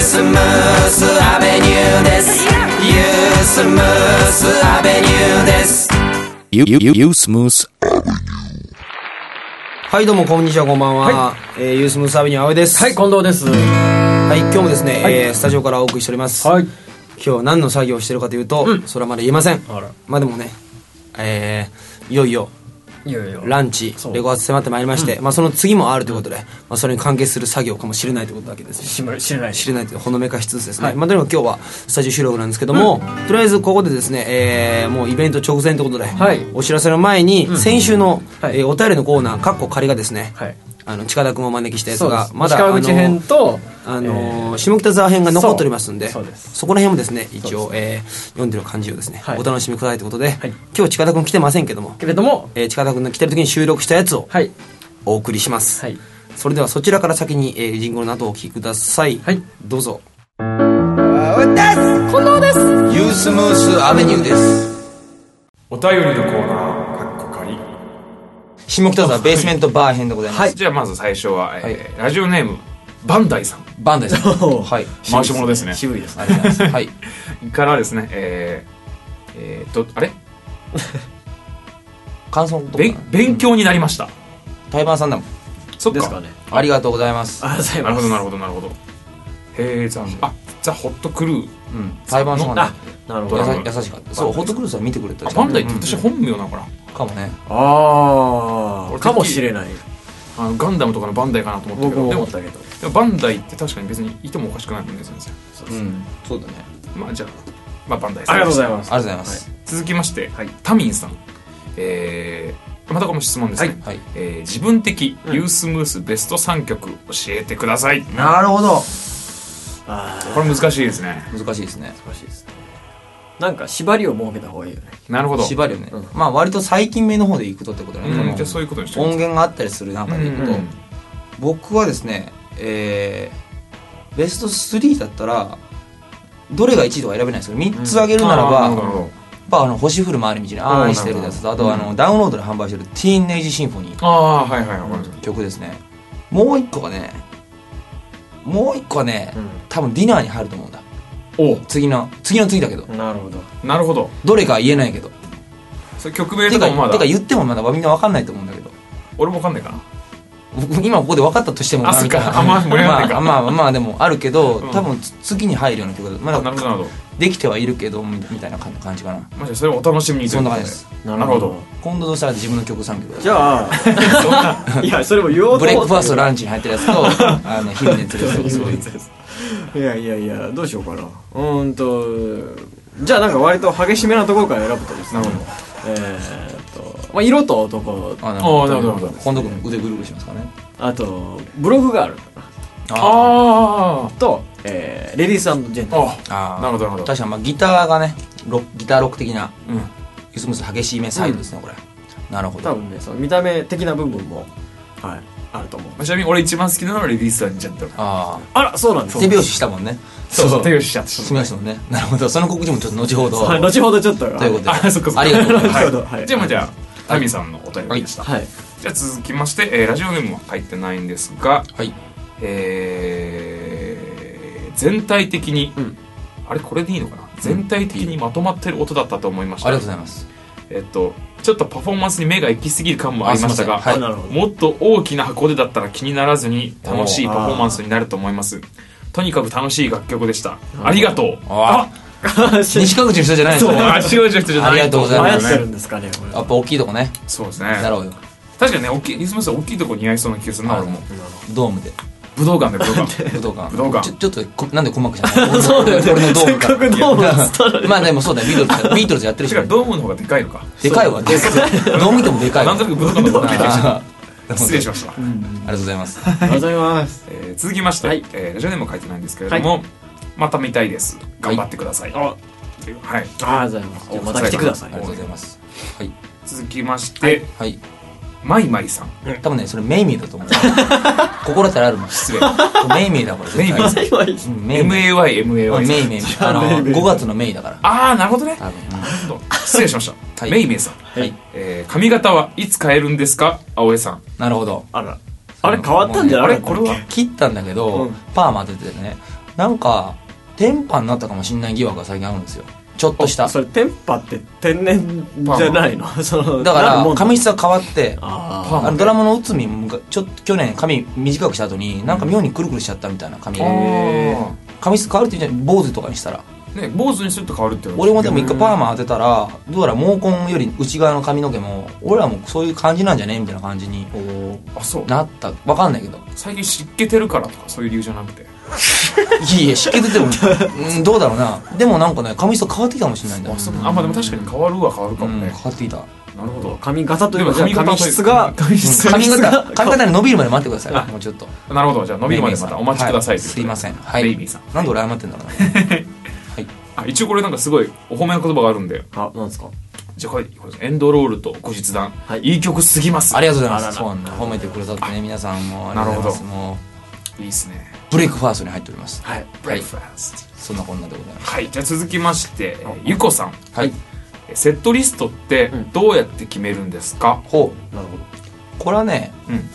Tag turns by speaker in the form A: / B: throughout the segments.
A: スムースアベニューですユースムースアベニューです
B: ゆ、ゆ、ゆ、ゆ、スムース。
A: はいどうもこんにちはこんばんは、えーユースムースアベニューアベです
C: はい、近藤です。
A: はい今日もですね、
C: はい
A: えースタジオからお送りしております、
C: はい。
A: 今日は何の作業をしてるかというと、それはまだ言えません
C: あら
A: まあでもねえーいよいよ
C: いやいや。
A: ランチ
C: そう
A: レゴアツ迫ってまいりまして、まあ、その次もあるということで、まあ、それに関係する作業かもしれないということだけですね
C: 知らない。知らない
A: 知れないというほのめかしつつですね、まあ、とにかく今日はスタジオ収録なんですけども、とりあえずここでですね、えーもうイベント直前ということで、
C: はい
A: お知らせの前に、先週の、
C: はい
A: えーお便りのコーナー「かっこ仮」がですね、
C: はい
A: あの近田君をお招きしたやつ
C: そうで
A: が
C: す。
A: ま
C: ま
A: だ
C: だ。
A: あ
C: 近
A: の
C: 口編と、
A: あのー下北沢編が残っておりますんで
C: そうそうです
A: こら辺もですね一応、えー読んでる感じをですね、
C: はい
A: お楽しみくださいということで、
C: い
A: 今日近田君来てませんけども
C: け、れども、
A: えー近田君の来てる時に収録したやつを
C: はい。
A: お送りします、
C: はい。
A: それではそちらから先に、えー、ジングルなどをお聞きください、
C: はい
A: どうぞ
B: ゆ、スムースアベニューです。
D: お便りのコーナー、かっこかり。
A: 下北沢ベースメントバー編でございます、
D: じゃあまず最初は、えーラジオネーム、バンダイさん
B: バンダイさん。
A: はい
D: 回し物ですね
C: 渋いですね。
B: ありがとうございます。はい。
D: からですね、えー、えーと、あれ
B: 感想とか
D: べん、勉強になりました。
B: 台湾さんだもん。
D: そっ
C: で
D: か
C: すかね。
B: ありがとうございます。
C: ありがとうござい
D: なる
C: ま
D: ほど、
C: す。
D: なるほど、なるほど。へえ、ザン、あ、ザ・ホットクルー。うん。
B: 台湾さんだ
C: あ。、なるほ
D: ド
C: ど
D: ラ。
B: や
D: マ
B: さ優しかった。そう、ホットクルーズは見てくれた
D: あバンダイって私本名なのかな、
B: かもね。
C: あ
D: 俺
C: ー、かもしれない。
D: あのガンダムとかのバンダイかなと思ったけ
C: 僕
D: ど、
C: も
D: で
C: 思
D: も、
C: ったけど。
D: でもバンダイって確かに別にいてもおかしくないもんね、先生。
B: うん。そうだね。
D: まあじゃあ、まあ、バンダイさ
C: あ
D: ん
C: りがとうござい
D: ま
C: ます。
B: ありがとうございます。
D: す。続きまして、
C: はい
D: タミンさん。えー、またこの質問ですね。
B: はい。
D: えー自分的ユースムースベスト3曲教えてください、
C: なるほど。あー、
D: これ難しいですね
B: 難しいですね。
C: 難しいですね。なんか縛りを設けた方がいいよね。
D: なるほど
B: 縛るよね。まあ割と最近目の方で行くとってことだね。
D: うん、じゃあ
B: そ
D: そういうことにして
B: の音源があったりする中でいくと
D: うんうん、
B: 僕はですね、えーベスト3だったら、どれが1位とか選べないんですけど、3つ挙げるならば、
D: あー
B: や
D: なるほ
B: っ
D: ど
B: ぱあの、星降る回り道に
D: ー
B: 愛してるやつと、あとはあの、ダウンロードで販売してるティーンエイジシンフォニー。
D: ああーはいはいわかりました
B: 曲ですねもう一個はねもう一個はね、多分ディナーに入ると思うんだ
D: お
B: 次の次の次だけど
C: なるほど。
D: なるほど
B: どれか言えないけど
D: それ曲名
B: て
D: と
B: か
D: かもま
B: て
D: だ
B: か言ってもまだみんな分かんないと思うんだけど
D: 俺もわかんないかな
B: 僕今ここで分かったとしても
D: あ
B: な
D: そっ
B: みたい
D: か
B: な
D: あんま盛り上がってん
B: ま
D: か
B: あまあまあでもあるけど、
D: うん
B: 多分つ次に入るような曲だま
D: あなるほどな
B: だ
D: るほ
B: できてはいるけどみみたいな感感じかな
D: どまあじゃあそれをお楽しみにということ
B: そんな感じです
D: なるほど。
B: 今度どうしたら自分の曲3曲
C: じゃあ、いや、それも言おうと思って
B: ブレックファーストランチに入ってるやつと あの昼寝つるやつとかそういう
C: いやいやいやどうしようかなうーんとじゃあなんか割と激しめなところから選ぶとですね
D: なるほ
C: えー、っと、まあ、色と男
B: あなる
D: あ
B: ほ
D: あな
B: ど
D: るほどなるほど
B: 今度腕ぐるぐるしますからね
C: あとブログがある
B: あ
D: あ
C: と、えー、レディースジェン
D: ー
C: ト
D: あ
B: あー
D: なるほどなるほど
B: 確かにまあギターがねロックギターロック的な
D: うん
B: ユスムス激しめサイドですね、これなるほ
C: 多
B: ど
C: 分ねその見た目的な部分もはいあると思う
D: まあちなみに俺一番好きなのはレディース・アン・ジェントル
B: あ
C: あらそうなんで
B: あ
C: す
B: 手拍子したもんね
D: そうそう手
B: 拍
D: 拍子しちゃって
B: 子しましたもんねなるほどその告知もちょっと後ほど
C: はい後ほどちょっと
B: ということで
D: あそっかそっか
B: ありがとうございま
C: な
B: す
C: るほどはい
D: じゃあまあじゃあタミンさんのお便りでした、
C: はい
D: じゃあ続きまして、えーラジオネームは入ってないんですが
B: はい
D: えー全体的に、
C: うん
D: あれこれでいいのかな全体的にまとまってる音だったと思いまし
B: あ
D: た、
B: りがとうございます
D: えっとちょっとパフォーマンスに目が行き過ぎる感もありましたが
B: あすいませんはい
C: なるほど
D: もっと大きな箱でだったら気にならずに楽しいパフォーマンスになると思いますとにかく楽しい楽曲でしたありがとう
B: あ西川口の人じゃないです
D: そう
B: ねや
D: あ違う人じゃない
B: ありがとうござい
C: 流
B: ま
C: 行
B: す
C: ってるんですかねこれ
B: っぱ大きいとこね
D: そうですね
B: だろうよ
D: 確かにね大きいリスマスは大きいとこ似合いそうな気がするな俺も
B: ドームで
D: 武道館で武道館
B: 武道館
D: 武道館
B: ちょちょっとこなんで鼓膜じゃな いそうだよ、ね、俺のドームか
C: せっかくドームだったの
B: らまあでもそうだよビート ルズビートルズやってる
D: し
B: し
D: かもドームの方がでかいのか
B: でかいわでかいどう見てもでかい
D: な
B: わ
D: んとなく武道館の方がでかいし
B: あー
D: 失礼しました
B: ありがとうございます
C: ありがとうございます
D: えー続きまして、
C: はい
D: えーラジオネームは書いてないんですけれども、また見たいです頑張ってください、はい
C: ありがとうございますじゃあまた来てください
B: ありがとうございますはい
D: 続きまして、
B: はい
D: マイマイさん
E: 多分ねそれメイミーだ と思う心当たりあるの失礼メイミーだから絶対
D: メイミー
C: 今言っ
E: うんメイミー
D: MAYMAY
E: メイメイあの5月のメイだから
D: ああなるほどね
E: 多分
D: 失礼しました
E: はい
D: メイメイさん
E: はい
D: えー髪型はいつ変えるんですか青江さん
E: なるほど
C: あらあれ変わったんじゃ
D: あ
C: な
D: れ
C: い
D: これは
E: 切ったんだけど、
C: うん
E: パーマ当ててねなんか天パになったかもしんない疑惑が最近あるんですよちょっとした
C: それテンパって天然じゃないのその
E: だか
C: なるも
E: ら
C: ん
E: 髪質が変わって
C: あ
E: あのドラマの内海がちょっと去年髪短くした後になんか妙にくるくるしちゃったみたいな髪
D: へー
E: 髪質変わるって言うじゃん坊主とかにしたら
D: ね坊主にすると変わるって
E: 俺もでも一回パーマ当てたらどうやら毛根より内側の髪の毛も俺らもそういう感じなんじゃねみたいな感じに
D: あそう
E: なったわかんないけど
D: 最近湿気てるからとかそういう理由じゃなくて
E: いやいや湿気出てもうんどうだろうなでもなんかね髪質変わってきたかもしれないんだよ
D: あそうあまあでも確かに変わるは変わるか
E: う
D: も
E: ん変
D: ね
E: わってきた
D: なるほ
C: ー
D: ど
C: 髪型とい
D: で
C: うか
D: も
C: じゃあ
D: 髪型
C: 髪
D: という
C: 質が
D: 髪質
E: 髪型
C: が
E: 髪型に伸びるまで待ってくださいもうちょっと
D: なるほどじゃあ伸びるまでまたお待ちください
E: はすいませんは
D: はいいベイビーさん
E: なんで俺謝ってんだろう なはい
D: あ一応これなんかすごいお褒めの言葉があるんで
C: あなんですか
D: じゃあこれこれエンドロールと後日談、
C: はいい、
D: い曲すぎます
E: ありがとうございま
C: あら
E: す
C: ら
E: そうなんだ褒めてくださってね皆さんもありがとうございます
D: な
E: もう
D: いいっすね
E: ブレイクファーストに入っております
C: はい
D: ブレイクファースト
E: そんなこんなでございます
D: はいじゃあ続きましてえーゆこさん
E: はい
D: えセットリストって
C: うん
D: どうやって決めるんですか、
E: ほ
C: なるほど
E: うこれはね
D: うん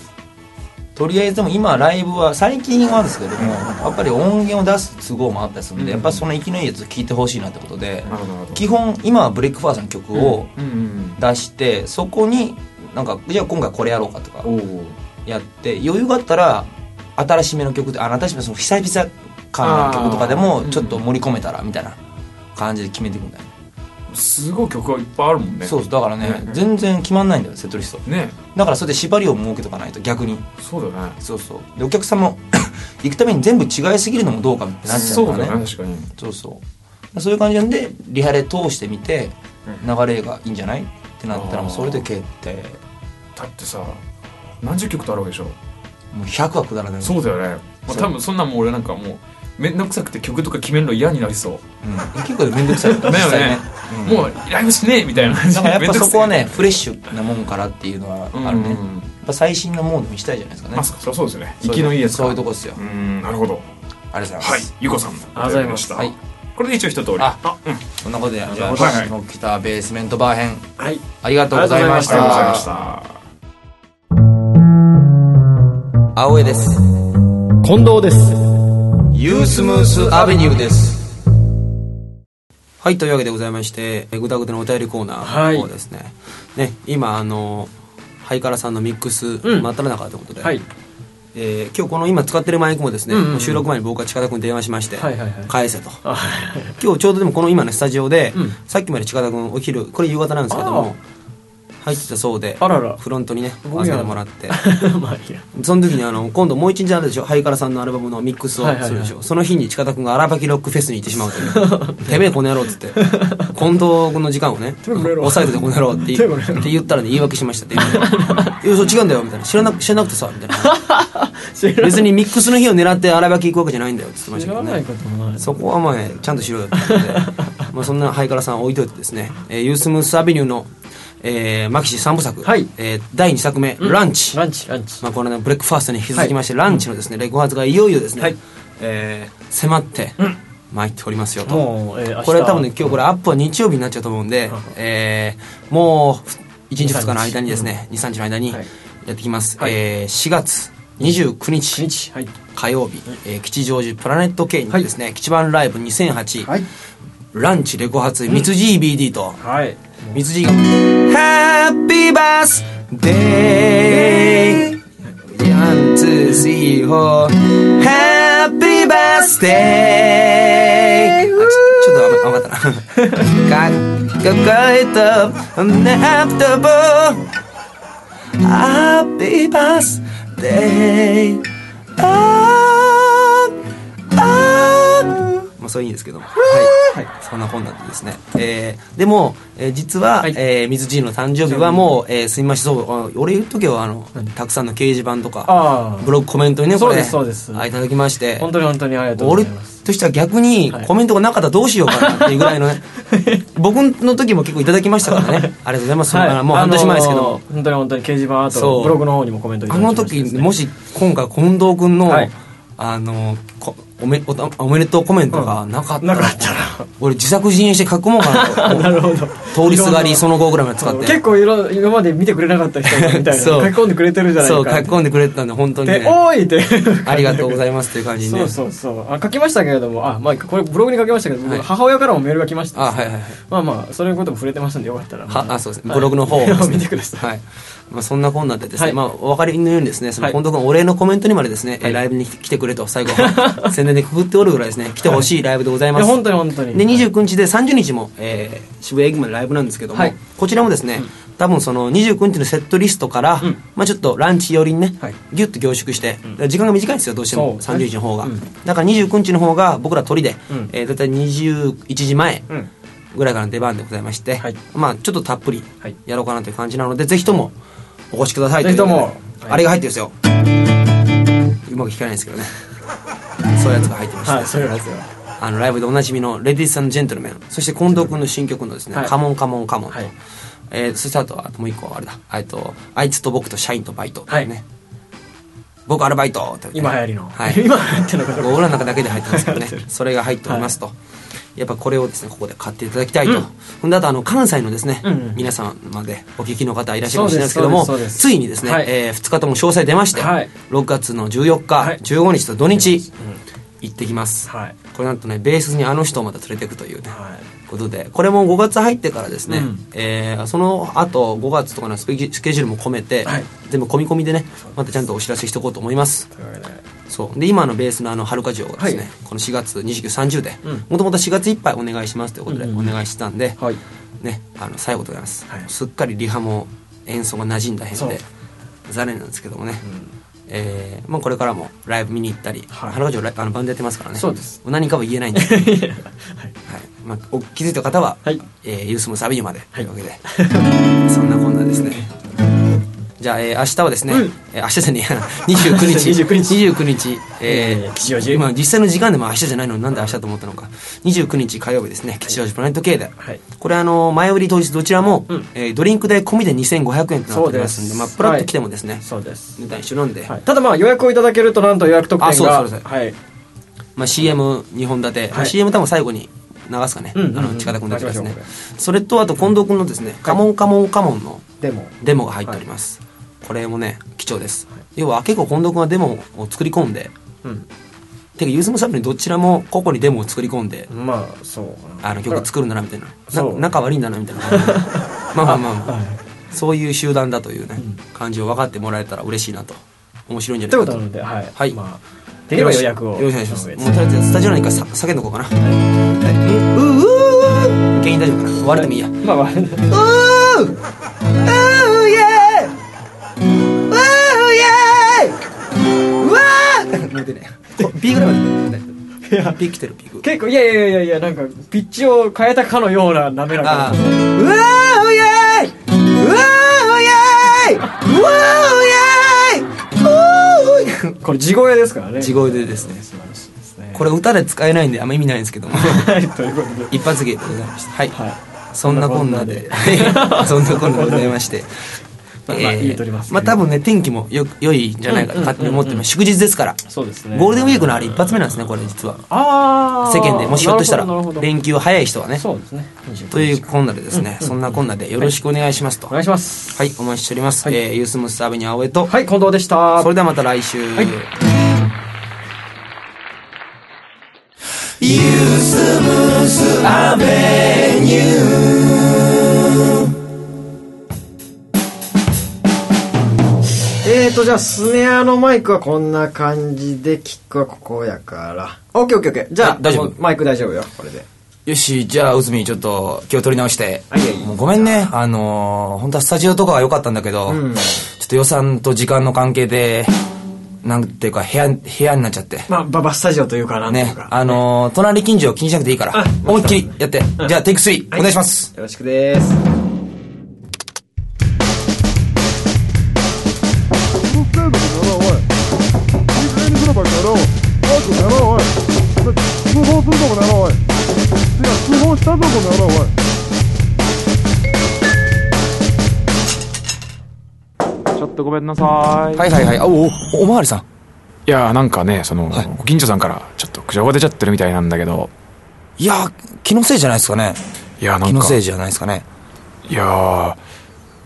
E: とりあえずでも今ライブは最近はですけどもやっぱり音源を出す都合もあったりするんで、
D: う
E: や
D: ん
E: っぱその生きのいいやつ聞いてほしいなってことで、
D: なるほどなるほど
E: 基本今はブレイクファーストの曲を
D: うんうん
E: 出して、そこになんかじゃあ今回これやろうかとか
D: うんおお
E: やって余裕があったら新しめの曲であ新しめその久々感のある曲とかで
D: あ
E: も
D: ー
E: ちょっと盛り込めたらみたいな感じで決めていくんだよ、
D: すごい曲がいっぱいあるもんね
E: そうそうだからね、
D: うん
E: 全然決まんないんだよセットリスト
D: ね
E: だからそれで縛りを設けとかないと逆に
D: そうだね
E: そうそうでお客さんも 行くために全部違いすぎるのもどうかってなっちゃ
D: そうう
E: から
D: だ
E: ね
D: ね確かに
E: そうそうそういう感じなんでリハで通してみて流れがいいんじゃないってなったらもうそれで決定
D: だってさ何十曲とあるわけでしょ
E: もう100はくだらない
D: そうだよね、まあ、
E: そう
D: 多分そんなんもう俺なんかもうめんどくさくて曲とか決めるの嫌にな りそう
E: うん、結構めんどくさい よ
D: だよね
E: うん
D: もうライブしねえみたいな感じ
E: だからやっ
D: めん
E: ぱ
D: どくせえ
E: そこはねフレッシュなもんからっていうのは
D: うん
E: あるね、やっぱ最新のものでもしたいじゃないですかね、
D: まあそそうですよね
E: そう
D: 生きのいいやつか
E: そういうとこですよ、
D: うーんなるほど
E: ありがとうござい
D: は
E: ま
D: い
E: す、
D: ゆこさんあり
C: がとうございました
E: はい
D: これで一応一通り
E: あ
D: うんあ
E: そんなことでじゃあ
D: はいはい
E: 私の来たベースメントバー編
C: はい
E: ありがとうございまし
D: りがとうござい
E: た
D: ました
E: 青江です
F: 近藤です
E: ユースムースアベニューです
B: はい、というわけでございまして、えぐだぐだのお便りコーナーの方ですね。ね、今、あの、ハイカラさんのミックス、
C: うん
B: 真っ只中ということで、
C: はい
B: えー今日この今使ってるマイクもですね、
C: うんうんうん
B: 収録前に僕は近田君に電話しまして、
C: はいはいはい
B: 返せと。
C: あはい
B: 今日ちょうどでもこの今のスタジオで、
C: うん
B: さっきまで近田君お昼、これ夕方なんですけども、入ってたそうで、
C: あらら
B: フロントにね、
C: ごめん
B: 預けてもらって。
C: まあいいや
B: その時にあの今度もう一日あるでしょハイカラさんのアルバムのミックスを
C: はいはいはい
B: するでしょ、その日に近田君が荒ばきロックフェスに行ってしまうというてめえこの野郎っつって近藤君の時間をね
C: めえこの野郎
B: 抑えててこの野郎って
C: てめえこの野郎
B: って言ったらね言い訳しましたって言ういやそう違うんだよみたいな知らな知らなくてさみたいな
C: 知ら
B: 別にミックスの日を狙って荒ばき行くわけじゃないんだよって言ってましたけど
C: 知らない
B: ね
C: こともない
B: そこはまあねちゃんとしろよってことで まあそんなハイカラさんは置いといてですね、えーユースムースアビニューの、えー、マキシ3部作、
C: はい
B: えー第2作目「ランチ」
C: ランチランチ
B: まあ、これねブレックファーストに引き続きまして、ランチのですね、レコ発がいよいよですね、
C: はい
B: えー迫って参っておりますよと、
C: もうえー明日
B: これ多分ね今日これアップは日曜日になっちゃうと思うんで、えーもう1日2日の間にですね23日の間にや
C: はい
B: ってきます、えー4月29日
C: 一日はい
B: 火曜日、えー吉祥寺プラネット K にてですね、吉番ライブ2008、
C: はい
B: ランチレコ発ミツ GBD と、
C: はい
B: みつじが「ハッピーバースデー」One, two, three, four. Happy birthday! あちょちょっと甘 かったな。か、かかえた、ナプトボー。Happy birthday! ああまあ、それいいんですけども、はいはい、そんなこんなでですね、えーでも、えー実は、
D: はい
B: えー水爺の誕生日はもう、えーすみませんそうあ俺言っとけばあのたくさんの掲示板とか
C: あー
B: ブログコメントにねこれ
C: そうですそうです
B: あいただきまして
C: 本当に本当にありがとうござ
B: 俺
C: います
B: としては逆にコメントがなかったらどうしようかなっていうぐらいの ね僕の時も結構いただきましたからねありがとうございます、
C: はい
B: そんなもう半年前ですけども、
C: あのー本当に本当に掲示板あ
B: そ
C: と
B: う
C: ブログの方にもコメントいた
B: あ
C: だきま
B: の
C: した
B: 時もし今回近藤君の、
C: はい
B: あのこおめおたおめでとうコメントがなかったら,、
C: なかったら
B: 俺自作自演して書くもんかな
C: なるほど
B: と通りすがりその後ぐらいまで使って
C: 結構いろ今まで見てくれなかった人みたいな書
B: そう
C: き込んでくれてるじゃないか
B: そう書き込んでくれてたんで本当に、
C: で
B: ね、
C: おーいって
B: ありがとうございますという感じで、
C: そ
B: ね、
C: うそうそうあ書きましたけれどもあ、まあ、これブログに書きましたけど、僕
B: はい
C: 母親からもメールが来ました
B: あはいはいはい
C: まあまあそれのことも触れてますんでよかったら
B: はあそうですねブログの方を
C: を、
B: ですね
C: 見てください、
B: はいまあ、そんなこんなでですね、
C: はい
B: まあ、お分かりのようにですねその
C: はい
B: 近藤君お礼のコメントにまでですね、えーライブに来てくれと最後宣伝でくぐっておるぐらいですね来てほしいライブでございま
C: い
B: す、
C: や本当に本当に
B: で29日で30日も、えー渋谷駅までライブなんですけども、
C: はい
B: こちらもですね、多分その29日のセットリストから、まあ、ちょっとランチ寄りにね、
C: はい
B: ギュッと凝縮して、時間が短いんですよどうしても
C: そうで
B: 30
C: す
B: 日
C: ね
B: の方が、
C: うん
B: だから29日の方が僕ら鳥で、
C: うん
B: えー、だいたい21時前、
C: うん
B: ぐらいからの出番でございまして、
C: はい
B: まあちょっとたっぷり
C: はい
B: やろうかなという感じなので、ぜひともお越しくださいという
C: ぜひとも
B: ことであれが入ってるんですよ、うまく聞かないんですけどねそういうやつが入ってました、
C: はいそういうやつよ
B: あのライブでおなじみのレディースジェントルメンそして近藤君の新曲のですね「
C: はい
B: カモンカモンカモンと」
C: はい
B: えーそしてあとはあともう一個はあれだえっとあいつと僕と社員とバイトというね、
C: はい
B: 僕アルバイトというね
C: 今流行りの、
B: はい
C: 今流行ってるのかどうか
B: 僕らの中だけで入ってますけど ねそれが入っておりますと、やっぱこれをですねここで買っていただきたいと、ほんであとあの関西のですね、
C: うんうん
B: 皆さんまでお聞きの方いらっしゃるかもしれないですけども
C: そうですそうです
B: ついにですね、
C: はい
B: え2日とも詳細出まして、
C: はい
B: 6月の14日、
C: はい
B: 15日と土日、行ってきます、
C: はい
B: これなんとねベースにあの人をまた連れていくというね、
C: はい
B: ことでこれも5月入ってからですね、
C: うん
B: えーその後5月とかのスケジュスケジュールも込めて、
C: はい
B: 全部込み込みでねまたちゃんとお知らせしていこうと思います
C: というわけで
B: そうで今のベースのあのはるか城がですね、
C: はい
B: この4月2930で
C: うん
B: もともと4月いっぱいお願いしますということで
C: う
B: お
C: んうんうん
B: 願いしてたんで、
C: はい
B: ね、あの最後でございます、
C: はい
B: すっかりリハも演奏が馴染んだ
C: そ
B: 辺
C: う
B: で残念なんですけどもね、えーまあ、これからもライブ見に行ったり、
C: はい
B: はるか城ライあのバンドやってますからね
C: そうです
B: 何かは言えないん ですけど、はいまあ、お気づいた方は、
C: はい
B: えーユースムサビまでというわけで、そんなこんなです ねじゃあ、えー明日はですね、えー明日じゃねえや29日
C: 29日
B: 29日、え
C: え
B: ー
C: ー吉祥寺
B: 今実際の時間でも明日じゃないのになんで明日と思ったのか29日火曜日ですね吉祥寺プラネット K で、
C: はい
B: これあの前売り当日どちらも、えードリンク代込みで2500円となっておりますんで
C: そうです
B: まあ、プラッと来てもですね、
C: そうです、
B: 値段一緒なんで、
C: はい、ただまあ予約をいただけるとなんと予約特典が
B: あそうですそうです
C: はい
B: まあ、CM2 本立て、まあ、CM 多分最後に流すかね、
C: うんうんうん
B: あの近田君たちがですね
C: 流しま
B: それとあと近藤君のですね「カモンカモンカモン」の
C: でも
B: デモが入っております、これもね貴重です、要は結構近藤君はデモを作り込んで
C: うん
B: てかユースムサブにどちらも個々にデモを作り込んで
C: まあそう
B: あの曲作るんだなみたいなな
C: そう
B: 仲悪いんだなみ たいなまあまあまあ、まあそういう集団だというね、感じを分かってもらえたら嬉しいなと面白いんじゃ
C: と
B: ないいうか
C: こと
B: と
C: なのではい、
B: はい
C: まあ、できれば予約を
B: よろしくお願いします
C: 上
B: もう
C: で
B: とりあえずスタジオの中さ叫んどこうかな、はい、うんうううう原因大丈夫かな終われてもいいや、
C: まあま
B: う
C: あ
B: ーうーイエーうーイエーうわーもう出ないこピークだからピーク来てるピーク
C: 結構いやいやいやいやなんかピッチを変えたかのような滑ら
B: あ
C: か
B: あう
C: な
B: わーうやーいうわーうやーいうわーうやーいうー
C: これ地声ですからね
B: 地声でですね
C: 素晴らしいですね
B: これ歌で使えないんであんま意味ないんですけども
C: はいということで
B: 一発芸でございましたはい、
C: はい
B: そんなこんなで
C: は
B: そんなこんなでございまして
C: まあまあ言うとりますけ
B: ま
C: ど
B: あ多分ね天気もよ良いんじゃないかと勝手に思ってます祝日ですから
C: そうですね
B: ゴールデンウィークのあれ一発目なんですねこれ実は
C: ああ
B: 世間でもしひょっとしたら
C: なるほどなる
B: 連休早い人はね
C: ほどそうですね29
B: というこんなでですねそんなこんなでよろしくお願いしますと
C: お願いします
B: はいお待ちしておりますえーユースムースアベニュー青江と
C: はい近藤でした
B: それではまた来週
C: えーと、じゃあ、スネアのマイクはこんな感じで、キックはここやから。オッケーオッケーオッケー。じゃあ、
B: はい大丈夫
C: マイク大丈夫よ、これで。
E: よし、じゃあ、うずみん、ちょっと、気を取り直して
C: はいはい。
E: もうごめんね。あのー、本当はスタジオとかは良かったんだけど、ちょっと予算と時間の関係で、
B: なんていうか、部屋、部屋になっちゃって。
C: まあ、ババスタジオというか、なんという
B: ね
C: か。、
B: あのー、隣近所を気にしなくていいから、思いっきりやって。じゃあ、テイク3、お願いします。
C: よろしくです。
D: ちょっとごめんなさい。
B: はいはいはい。あ、お、お、おまわりさん。
D: いやーなんかね、その、ご近所さんからちょっと苦情が出ちゃってるみたいなんだけど、
B: いやー、気のせいじゃないですかね。
D: いやーな
B: 気
D: ん
B: の
D: か、
B: せいじゃないですかね。
D: いやー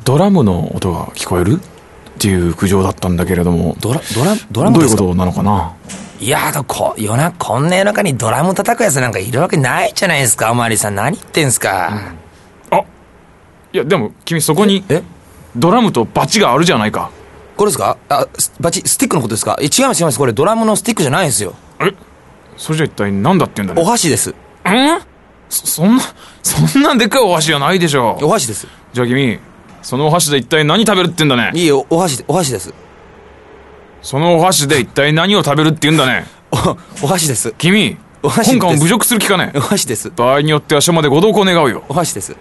D: ドラムの音が聞こえるっていう苦情だったんだけれども、
B: ドラ、ドラ、ドラム
D: どう
B: で
D: いう
B: す
D: こ
B: か
D: となのかない
B: やーだ、こ、夜な、こんな夜中にドラム叩くやつなんかいるわけないじゃないですか、おまわりさん。何言ってんすか。
D: あいや、でも君そこに、
B: え
D: ドラムとバチがあるじゃないか。
B: これですかあ、すバチ、スティックのことですかえ、違います違います。これドラムのスティックじゃないですよ。
D: えそれじゃ一体何だって言うんだ
B: お
D: ね
B: 箸です。
D: んそ、そんな、そんなでっかいお箸じゃないでしょ
B: お。箸です。
D: じゃあ君、そのお箸で一体何食べるって言うんだね
B: いいよ、お箸で、お箸です。
D: そのお箸で一体何を食べるって言うんだね
B: お、お箸です。
D: 君、
B: お
D: 本
B: 箸です
D: 館を侮辱する気かね
B: お箸です。
D: 場合によっては署までご同行願うよ。
B: お箸です。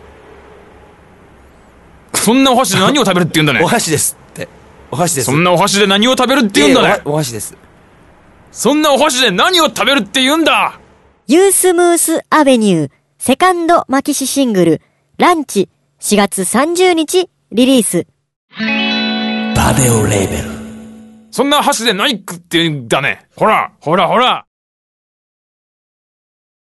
D: そんなお箸で何を食べるって言うんだ
B: お
D: ね
B: 箸ですって。お箸です。
D: そんなお箸で何を食べるって言うんだね
B: いやおお箸です。
D: そんなお箸で何を食べるって言うんだ
G: ユースムースアベニュー、セカンドマキシシングル、ランチ、4月30日リリース。
B: バデオレーベル。
D: そんな箸で何食って言うんだねほらほらほら